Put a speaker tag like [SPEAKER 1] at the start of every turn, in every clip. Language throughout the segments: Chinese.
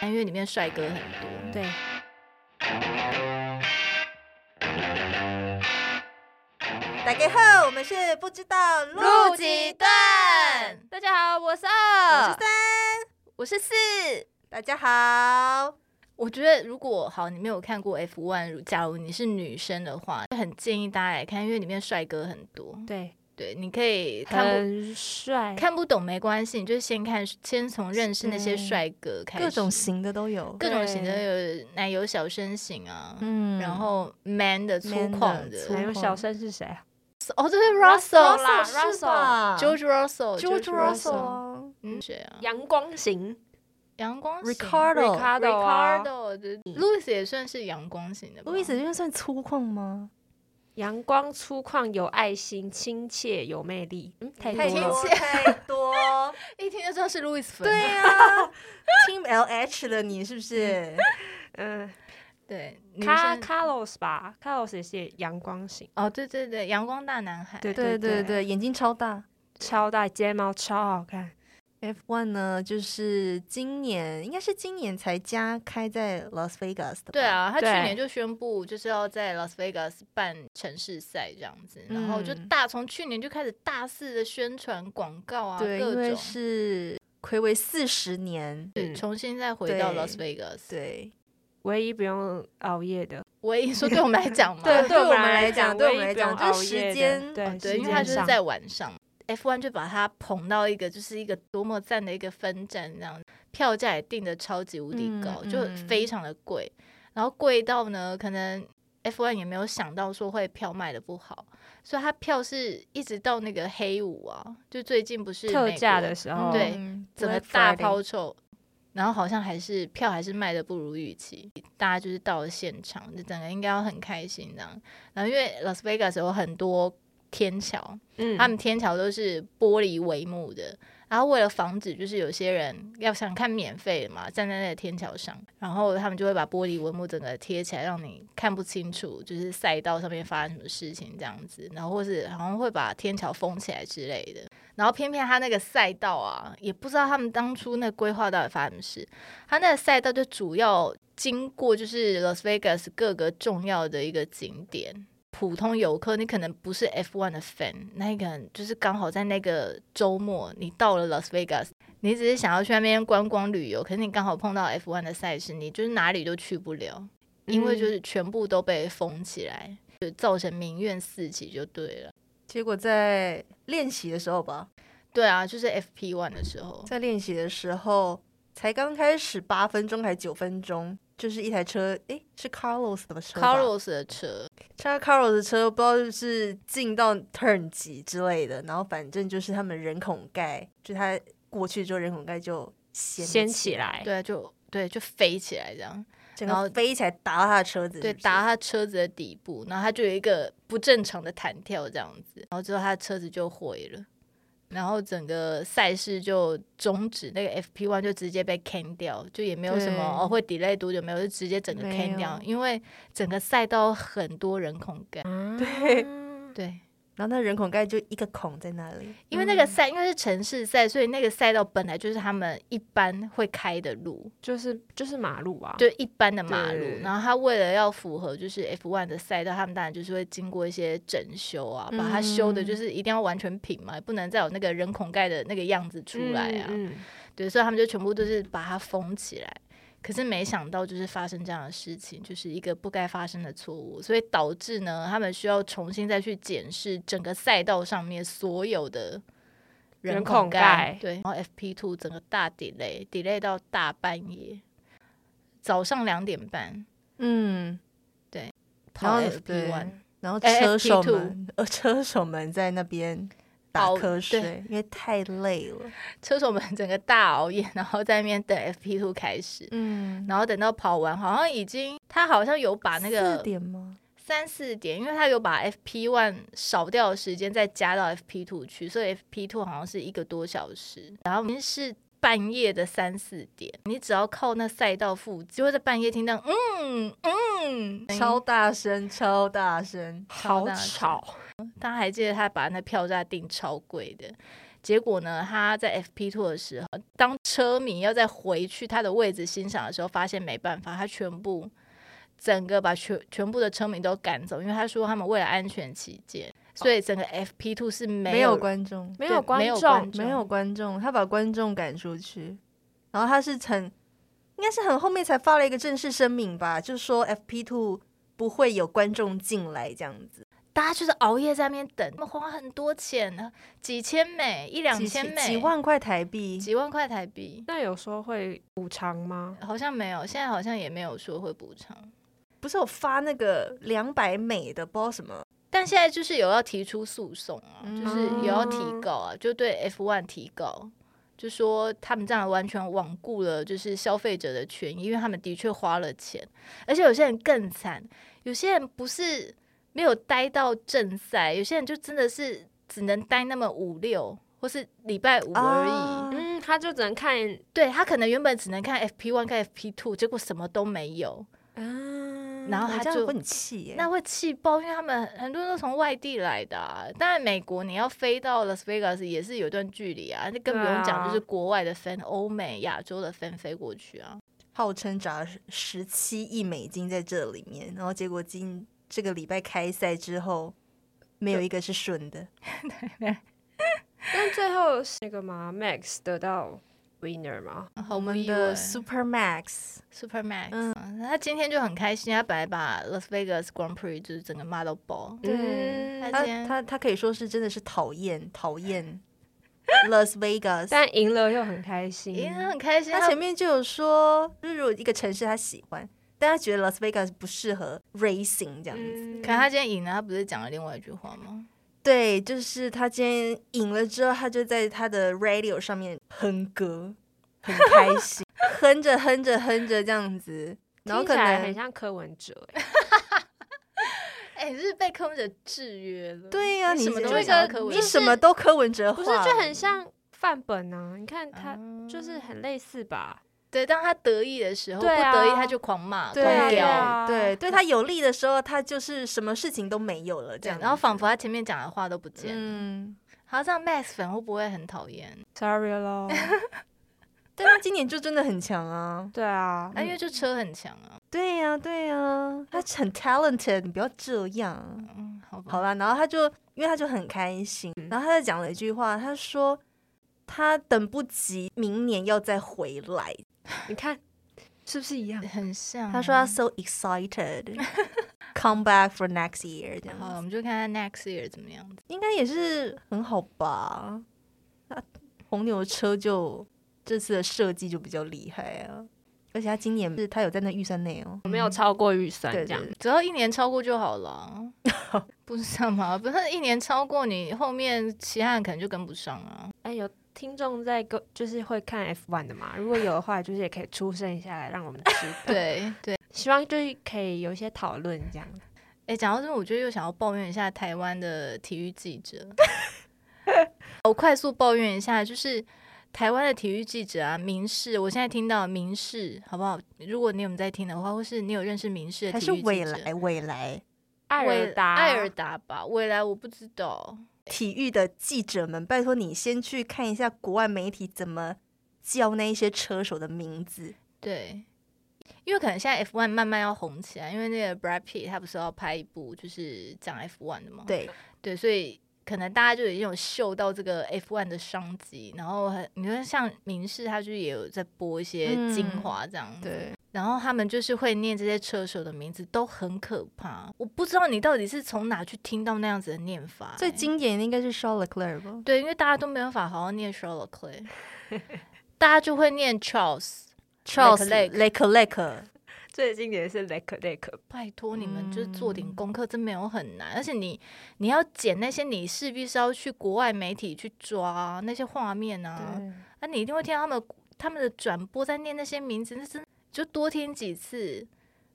[SPEAKER 1] 看，因为里面帅哥很多。
[SPEAKER 2] 对，
[SPEAKER 3] 大家好，我们是不知道
[SPEAKER 1] 录几段
[SPEAKER 2] 大家好，我是
[SPEAKER 3] 我是，
[SPEAKER 2] 二
[SPEAKER 3] 三，
[SPEAKER 1] 我是四，
[SPEAKER 3] 大家好，
[SPEAKER 1] 我觉得如果好，你没有看过 F One，假如你是女生的话，很建议大家来看，因为里面帅哥很多。
[SPEAKER 2] 对，
[SPEAKER 1] 对，你可以看不
[SPEAKER 2] 很帅，
[SPEAKER 1] 看不懂没关系，你就先看，先从认识那些
[SPEAKER 2] 对
[SPEAKER 1] 帅哥开始，
[SPEAKER 4] 各种型的都有，
[SPEAKER 1] 各种
[SPEAKER 2] 对
[SPEAKER 1] 型的，有奶油小生型啊，
[SPEAKER 4] 嗯
[SPEAKER 1] 然后 man 的、粗
[SPEAKER 4] man 的
[SPEAKER 1] 犷
[SPEAKER 4] 粗
[SPEAKER 2] 还
[SPEAKER 1] 的，
[SPEAKER 2] 有小生是谁啊
[SPEAKER 1] 哦，这是 Russell 啦
[SPEAKER 2] 啦
[SPEAKER 3] 是
[SPEAKER 4] 嗯
[SPEAKER 3] 吧
[SPEAKER 1] George Russell，
[SPEAKER 2] George Russell
[SPEAKER 1] 啊嗯，谁啊？
[SPEAKER 2] 阳光型
[SPEAKER 1] 阳光型
[SPEAKER 4] Ricardo。
[SPEAKER 2] Ricardo 啊
[SPEAKER 1] Ricardo 的
[SPEAKER 4] 嗯
[SPEAKER 1] Louis 也算是阳光型的吧。
[SPEAKER 4] 路易斯这边算粗犷吗？
[SPEAKER 2] 阳光粗犷有爱心，亲切有魅力，嗯，太
[SPEAKER 3] 太
[SPEAKER 2] 多了
[SPEAKER 3] 多，太多，
[SPEAKER 1] 一听就知道是 Louis 粉。
[SPEAKER 3] 对 啊，Team LH 了你是不是？
[SPEAKER 2] 嗯，
[SPEAKER 1] 对，女
[SPEAKER 2] 卡
[SPEAKER 1] 生
[SPEAKER 2] Carlos 吧，Carlos 也是阳光型，
[SPEAKER 1] 哦，对对对，阳光大男孩。
[SPEAKER 2] 对
[SPEAKER 4] 对对
[SPEAKER 2] 对，
[SPEAKER 4] 对，眼睛超大。
[SPEAKER 2] 超大睫毛超好看，
[SPEAKER 4] F1 呢，就是今年应该是今年才加开在 Las Vegas 的，
[SPEAKER 1] 对，啊，他去
[SPEAKER 2] 对
[SPEAKER 1] 年就宣布就是要在 Las Vegas 办城市赛这样子，
[SPEAKER 4] 嗯
[SPEAKER 1] 然后就大从去年就开始大肆的宣传广告啊，
[SPEAKER 4] 对，
[SPEAKER 1] 各
[SPEAKER 4] 因为
[SPEAKER 1] 种
[SPEAKER 4] 是暌违四十年，
[SPEAKER 1] 对
[SPEAKER 2] 嗯
[SPEAKER 1] 重新再回到
[SPEAKER 4] 对
[SPEAKER 1] Las Vegas。，
[SPEAKER 4] 对，
[SPEAKER 2] 唯一不用熬夜的，啊
[SPEAKER 1] 我一说对我们来讲 嘛，
[SPEAKER 2] 对
[SPEAKER 4] 对我
[SPEAKER 2] 我
[SPEAKER 4] 们
[SPEAKER 2] 们
[SPEAKER 4] 来
[SPEAKER 2] 来
[SPEAKER 4] 讲，
[SPEAKER 2] 讲
[SPEAKER 4] 对我
[SPEAKER 2] 唯
[SPEAKER 4] 们
[SPEAKER 2] 一
[SPEAKER 4] 来
[SPEAKER 2] 不用
[SPEAKER 4] 讲，就
[SPEAKER 2] 熬
[SPEAKER 4] 是
[SPEAKER 2] 夜
[SPEAKER 4] 时
[SPEAKER 2] 的
[SPEAKER 4] 间，
[SPEAKER 2] 对
[SPEAKER 4] 哦
[SPEAKER 1] 啊对，
[SPEAKER 2] 时
[SPEAKER 1] 因为
[SPEAKER 2] 间
[SPEAKER 1] 他就是
[SPEAKER 2] 上
[SPEAKER 1] 在晚上，F1 就把它捧到一个就是一个多么赞的一个分站这样，票价也定的超级无敌
[SPEAKER 4] 嗯
[SPEAKER 1] 高，就
[SPEAKER 4] 嗯
[SPEAKER 1] 非常的贵，然后贵到呢，可能 F1 也没有想到说会票卖的不好，所以他票是一直到那个黑五啊，就最近不是
[SPEAKER 2] 特
[SPEAKER 1] 美
[SPEAKER 2] 价
[SPEAKER 1] 国
[SPEAKER 2] 的时候，
[SPEAKER 1] 对
[SPEAKER 4] 嗯
[SPEAKER 1] 整个
[SPEAKER 4] Black
[SPEAKER 1] 大
[SPEAKER 4] Friday
[SPEAKER 1] 抛售，然后好像还是票还是卖的不如预期，大家就是到了现场，就整个应该要很开心这样。然后因为 Las Vegas 有很多天桥，
[SPEAKER 2] 嗯，
[SPEAKER 1] 他们天桥都是玻璃帷幕的。然后为了防止就是有些人要想看免费的嘛，站在那个天桥上，然后他们就会把玻璃帷幕整个贴起来，让你看不清楚，就是赛道上面发生什么事情这样子。然后或是好像会把天桥封起来之类的。然后偏偏他那个赛道啊，也不知道他们当初那规划到底发生什么事。他那个赛道就主要经过就是 Las Vegas 各个重要的一个景点。普通游客，你可能不是 F1 的 fan，那你可能就是刚好在那个周末，你到了 Las Vegas，你只是想要去那边观光旅游，可是你刚好碰到 F1 的赛事，你就是哪里都去不了，因为就是全部都被封起来，就造成民怨四起就对了。
[SPEAKER 4] 结果在练习的时候吧，
[SPEAKER 1] 对啊，就是 FP One 的时候，
[SPEAKER 4] 在练习的时候才刚开始八分钟还九分钟，就是一台车，诶，是 Carlos 的车吧
[SPEAKER 1] Carlos 的车，
[SPEAKER 4] 像 Carlos 的车不知道是进到 turn 几之类的，然后反正就是他们人孔盖，就他过去之后人孔盖就掀
[SPEAKER 2] 掀
[SPEAKER 4] 了
[SPEAKER 2] 起，来，
[SPEAKER 1] 对啊，就对，就飞起来这样，
[SPEAKER 4] 整
[SPEAKER 1] 然后
[SPEAKER 4] 个飞起来打到他的车子，
[SPEAKER 1] 对，
[SPEAKER 4] 是不是
[SPEAKER 1] 打到他车子的底部，然后他就有一个不正常的弹跳这样子，然后之后他的车子就毁了，然后整个赛事就终止，那个 FP One 就直接被 can 掉，就也没有什么
[SPEAKER 4] 对
[SPEAKER 1] 哦会 delay 多久没有，就直接整个
[SPEAKER 4] 没
[SPEAKER 1] can
[SPEAKER 4] 有嗯
[SPEAKER 1] 掉，因为整个赛道很多人孔盖，
[SPEAKER 4] 对，
[SPEAKER 1] 对。
[SPEAKER 4] 然后他人孔盖就一个孔在那里，
[SPEAKER 1] 因为那个赛，因为是城市赛，所以那个赛道本来就是他们一般会开的路，
[SPEAKER 2] 就是就是马路啊，
[SPEAKER 1] 就一般的马路
[SPEAKER 2] 对，
[SPEAKER 1] 然后它为了要符合就是 F1 的赛道，他们当然就是会经过一些整修啊，把它修
[SPEAKER 2] 嗯
[SPEAKER 1] 的就是一定要完全平嘛，不能再有那个人孔盖的那个样子出来啊。
[SPEAKER 2] 嗯，
[SPEAKER 1] 对，所以他们就全部都是把它封起来。可是没想到，就是发生这样的事情，就是一个不该发生的错误，所以导致呢，他们需要重新再去检视整个赛道上面所有的
[SPEAKER 2] 人
[SPEAKER 1] 孔
[SPEAKER 2] 孔盖
[SPEAKER 1] 对，然后 FP two 整个大 delay，delay 到大半夜，早上两点半
[SPEAKER 4] 嗯，
[SPEAKER 1] 跑
[SPEAKER 4] 然后
[SPEAKER 1] FP
[SPEAKER 4] 对
[SPEAKER 1] one，
[SPEAKER 4] 然后
[SPEAKER 1] 哎
[SPEAKER 4] 车手
[SPEAKER 1] FP2
[SPEAKER 4] 们呃车手们在那边打
[SPEAKER 1] 熬
[SPEAKER 4] 瞌
[SPEAKER 1] 对
[SPEAKER 4] 睡，因为太累了，
[SPEAKER 1] 车手们整个大熬夜，然后在那边等 FP two 开始，
[SPEAKER 4] 嗯，
[SPEAKER 1] 然后等到跑完，好像已经他好像有把那个
[SPEAKER 4] 四点吗？
[SPEAKER 1] 三四点，因为他有把 FP one 少掉的时间再加到 FP two 去，所以 FP two 好像是一个多小时，然后您是半夜的三四点，你只要靠那赛道附近，就会在半夜听到嗯嗯，
[SPEAKER 4] 超大声，超大声，
[SPEAKER 1] 超
[SPEAKER 2] 好
[SPEAKER 1] 大声
[SPEAKER 2] 吵，
[SPEAKER 1] 大家还记得他把那票价定超贵的。结果呢，他在 FP Two 的时候，当车迷要再回去他的位置欣赏的时候，发现没办法，他全部整个把全全部的车迷都赶走，因为他说他们为了安全起见，所以整个 FP Two 是
[SPEAKER 4] 没
[SPEAKER 1] 没
[SPEAKER 4] 有
[SPEAKER 1] 有
[SPEAKER 4] 观众，
[SPEAKER 2] 没
[SPEAKER 1] 对
[SPEAKER 2] 有观
[SPEAKER 1] 没有观
[SPEAKER 2] 众，
[SPEAKER 1] 众
[SPEAKER 4] 没有观众，他把观众赶出去，然后他是很，应该是很后面才发了一个正式声明吧，就是说 FP Two 不会有观众进来这样子，
[SPEAKER 1] 大家就是熬夜在那边等，他们花很多钱，几千美一两
[SPEAKER 4] 几
[SPEAKER 1] 千
[SPEAKER 4] 千
[SPEAKER 1] 美
[SPEAKER 4] 几万块台币，
[SPEAKER 1] 几万块台币，
[SPEAKER 2] 那有说会补偿吗？嗯
[SPEAKER 1] 好像没有，现在好像也没有说会补偿，
[SPEAKER 4] 不是有发那个两百美的，不知道什么，
[SPEAKER 1] 但现在就是有要提出诉讼啊，就是有要提告啊，就对 F1 提告。就说他们这样完全罔顾了就是消费者的权益，因为他们的确花了钱，而且有些人更惨，有些人不是没有待到正赛，有些人就真的是只能待那么五六或是礼拜五而已，
[SPEAKER 4] 啊
[SPEAKER 2] 嗯，他就只能看
[SPEAKER 1] 对他可能原本只能看 FP one 跟 FP two，结果什么都没有，
[SPEAKER 2] 啊，
[SPEAKER 1] 然后
[SPEAKER 4] 我
[SPEAKER 1] 他
[SPEAKER 4] 这样
[SPEAKER 1] 就
[SPEAKER 4] 会很气耶，
[SPEAKER 1] 那会气爆，因为他们很多人都从外地来的、啊，当然美国你要飞到 Las Vegas 也是有段距离啊，那更不用
[SPEAKER 2] 对啊
[SPEAKER 1] 讲就是国外的 fan、欧美、亚洲的 fan 飞过去啊，
[SPEAKER 4] 号称砸十七亿美金在这里面，然后结果今这个礼拜开赛之后，没有一个是顺的，
[SPEAKER 2] 但最后是那个嘛，Max 得到 winner 嘛，
[SPEAKER 1] 好
[SPEAKER 4] 我
[SPEAKER 1] 不
[SPEAKER 4] 们
[SPEAKER 1] 意
[SPEAKER 4] 的
[SPEAKER 1] 外。
[SPEAKER 4] Super Max。
[SPEAKER 1] Super Max，、他嗯今天就很开心，他本来把 Las Vegas Grand Prix 就是整个骂到爆，
[SPEAKER 2] 嗯
[SPEAKER 4] 对
[SPEAKER 1] 他
[SPEAKER 4] 他
[SPEAKER 1] 今天
[SPEAKER 4] 他他可以说是真的是讨厌讨厌 Las Vegas。
[SPEAKER 2] 但赢了又很开心，
[SPEAKER 1] 因为他很开心，
[SPEAKER 4] 他前面就有说，就是如果一个城市他喜欢，但他觉得 Las Vegas 不适合 racing 这样子。
[SPEAKER 2] 嗯
[SPEAKER 1] 可能他今天赢了，他不是讲了另外一句话吗？
[SPEAKER 4] 对，就是他今天赢了之后，他就在他的 radio 上面哼歌，很开心， 哼着哼着哼着这样子，然后
[SPEAKER 2] 听
[SPEAKER 4] 可
[SPEAKER 2] 起来很
[SPEAKER 4] 能。
[SPEAKER 2] 像柯文哲、欸，
[SPEAKER 1] 哎、你是被柯文哲制约了。
[SPEAKER 4] 对呀、
[SPEAKER 1] 你
[SPEAKER 4] 你
[SPEAKER 1] 什么都
[SPEAKER 4] 这
[SPEAKER 1] 会
[SPEAKER 4] 个
[SPEAKER 1] 想到柯文
[SPEAKER 4] 你
[SPEAKER 1] 哲
[SPEAKER 4] 什么都柯文哲化
[SPEAKER 2] 不
[SPEAKER 4] 了，
[SPEAKER 2] 是就很像范本啊？你看他、
[SPEAKER 1] 啊
[SPEAKER 2] 就是很类似 吧？
[SPEAKER 1] 对，当他得意的时候，
[SPEAKER 2] 嗯对啊
[SPEAKER 1] 不得意他就狂骂、
[SPEAKER 4] 对
[SPEAKER 1] 狂
[SPEAKER 2] 对
[SPEAKER 1] 飙。
[SPEAKER 2] 啊
[SPEAKER 4] 对对他有利的时候，他就是什么事情都没有了这
[SPEAKER 1] 对
[SPEAKER 4] 样，，
[SPEAKER 1] 然后仿佛他前面讲的话都不见。
[SPEAKER 4] 嗯，
[SPEAKER 1] 好，这样 Max 粉会不会很讨厌？
[SPEAKER 2] Sorry 咯，
[SPEAKER 4] 但他今年就真的很强啊！
[SPEAKER 2] 对 啊，
[SPEAKER 1] 那、因为就车很强啊。
[SPEAKER 4] 对呀、对呀、他很 talented，你不要这样。
[SPEAKER 1] 嗯，好吧。
[SPEAKER 4] 好啦，然后他就因为他就很开心，然后他就讲了一句话，他说他等不及明年要再回来。
[SPEAKER 2] 你看是不是一样？
[SPEAKER 1] 很像。啊
[SPEAKER 4] 他说他 so excited，come back for next year 这样
[SPEAKER 1] 好，我
[SPEAKER 4] 子，
[SPEAKER 1] 们就看看 next year 怎么样子。
[SPEAKER 4] 应该也是很好吧？那红牛车就这次的设计就比较厉害啊，而且他今年是他有在那预算内哦。
[SPEAKER 2] 我没有超过预算
[SPEAKER 4] 对
[SPEAKER 2] 这样，
[SPEAKER 4] 对
[SPEAKER 1] 只要一年超过就好 了。不是这样吗？不是一年超过你，后面其他人可能就跟不上 啊。
[SPEAKER 2] 哎、有听众在跟就是会看 F1 的嘛？如果有的话，就是也可以出声一下来让我 们知道。，
[SPEAKER 1] 对对。
[SPEAKER 2] 希望就是可以有一些讨论这样。
[SPEAKER 1] 哎、讲到这，我就又想要抱怨一下台湾的体育记者。 我快速抱怨一下，就是台湾的体育记者啊，民视，我现在听到民视，好不好？如果你有在听的话，或是你有认识民视的
[SPEAKER 4] 还
[SPEAKER 1] 体
[SPEAKER 4] 是
[SPEAKER 1] 育记
[SPEAKER 4] 未
[SPEAKER 1] 者，
[SPEAKER 4] 来未来
[SPEAKER 2] 艾尔达，
[SPEAKER 1] 艾尔达吧，未来我不知道。
[SPEAKER 4] 体育的记者们，拜托你先去看一下国外媒体怎么叫那一些车手的名字。
[SPEAKER 1] 对，因为可能现在 F1 慢慢要红起来，因为那个 Brad Pitt 他不是要拍一部就是讲 F1 的吗？
[SPEAKER 4] 对，
[SPEAKER 1] 对，所以可能大家就已经有嗅到这个 F1 的商机，然后很你说像民视，它就是也有在播一些精
[SPEAKER 4] 嗯
[SPEAKER 1] 华这样、，
[SPEAKER 4] 对，
[SPEAKER 1] 然后他们就是会念这些车手的名字，都很可怕。我不知道你到底是从哪去听到那样子的念法、
[SPEAKER 4] 最
[SPEAKER 1] 欸
[SPEAKER 4] 经典的应该是 Charles Leclerc 吧？
[SPEAKER 1] 对，因为大家都没办法好好念 Charlotte Clay，大家就会念 Charles。
[SPEAKER 4] Charles
[SPEAKER 1] Leclerc
[SPEAKER 4] Leclerc，
[SPEAKER 2] 最经典的是 Lake Lake，
[SPEAKER 1] 拜托你们，就是做
[SPEAKER 4] 嗯
[SPEAKER 1] 点功课，真没有很难。而且你你要剪那些，你势必是要去国外媒体去抓啊那些画面啊。那、你一定会听到他们他们的转播在念那些名字，那真就多听几次。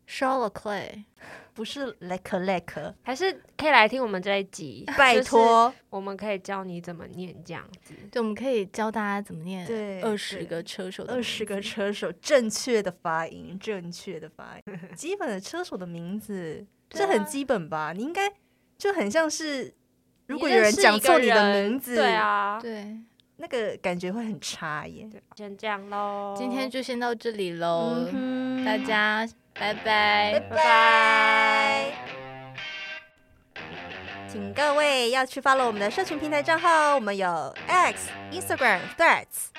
[SPEAKER 1] Charlotte Clay，
[SPEAKER 4] 不是 Leclerc，
[SPEAKER 2] 还是可以来听我们这一集，
[SPEAKER 4] 拜，托，
[SPEAKER 2] 我们可以教你怎么念这样子。
[SPEAKER 1] 对，我们可以教大家怎么念
[SPEAKER 4] 对
[SPEAKER 1] 二十
[SPEAKER 4] 对
[SPEAKER 1] 个车手的
[SPEAKER 4] 二十
[SPEAKER 1] 名
[SPEAKER 4] 个
[SPEAKER 1] 字
[SPEAKER 4] 车手正确的发音，正确的发音， 基本的车手的名字，
[SPEAKER 1] 对
[SPEAKER 4] 这
[SPEAKER 1] 啊
[SPEAKER 4] 很基本吧？你应该就很像是，如果有
[SPEAKER 2] 你
[SPEAKER 4] 人
[SPEAKER 2] 认识一个
[SPEAKER 4] 讲错你的
[SPEAKER 2] 人
[SPEAKER 4] 名字，
[SPEAKER 2] 对啊，
[SPEAKER 1] 对，
[SPEAKER 4] 那个感觉会很差耶。
[SPEAKER 2] 对，先这样
[SPEAKER 4] 哦
[SPEAKER 2] 喽，
[SPEAKER 1] 今天就先到这里喽，
[SPEAKER 2] 嗯哼
[SPEAKER 1] 大家拜拜。
[SPEAKER 4] 拜拜。请各位要去 follow 我们的社群平台账号，我们有 X、Instagram、Threads，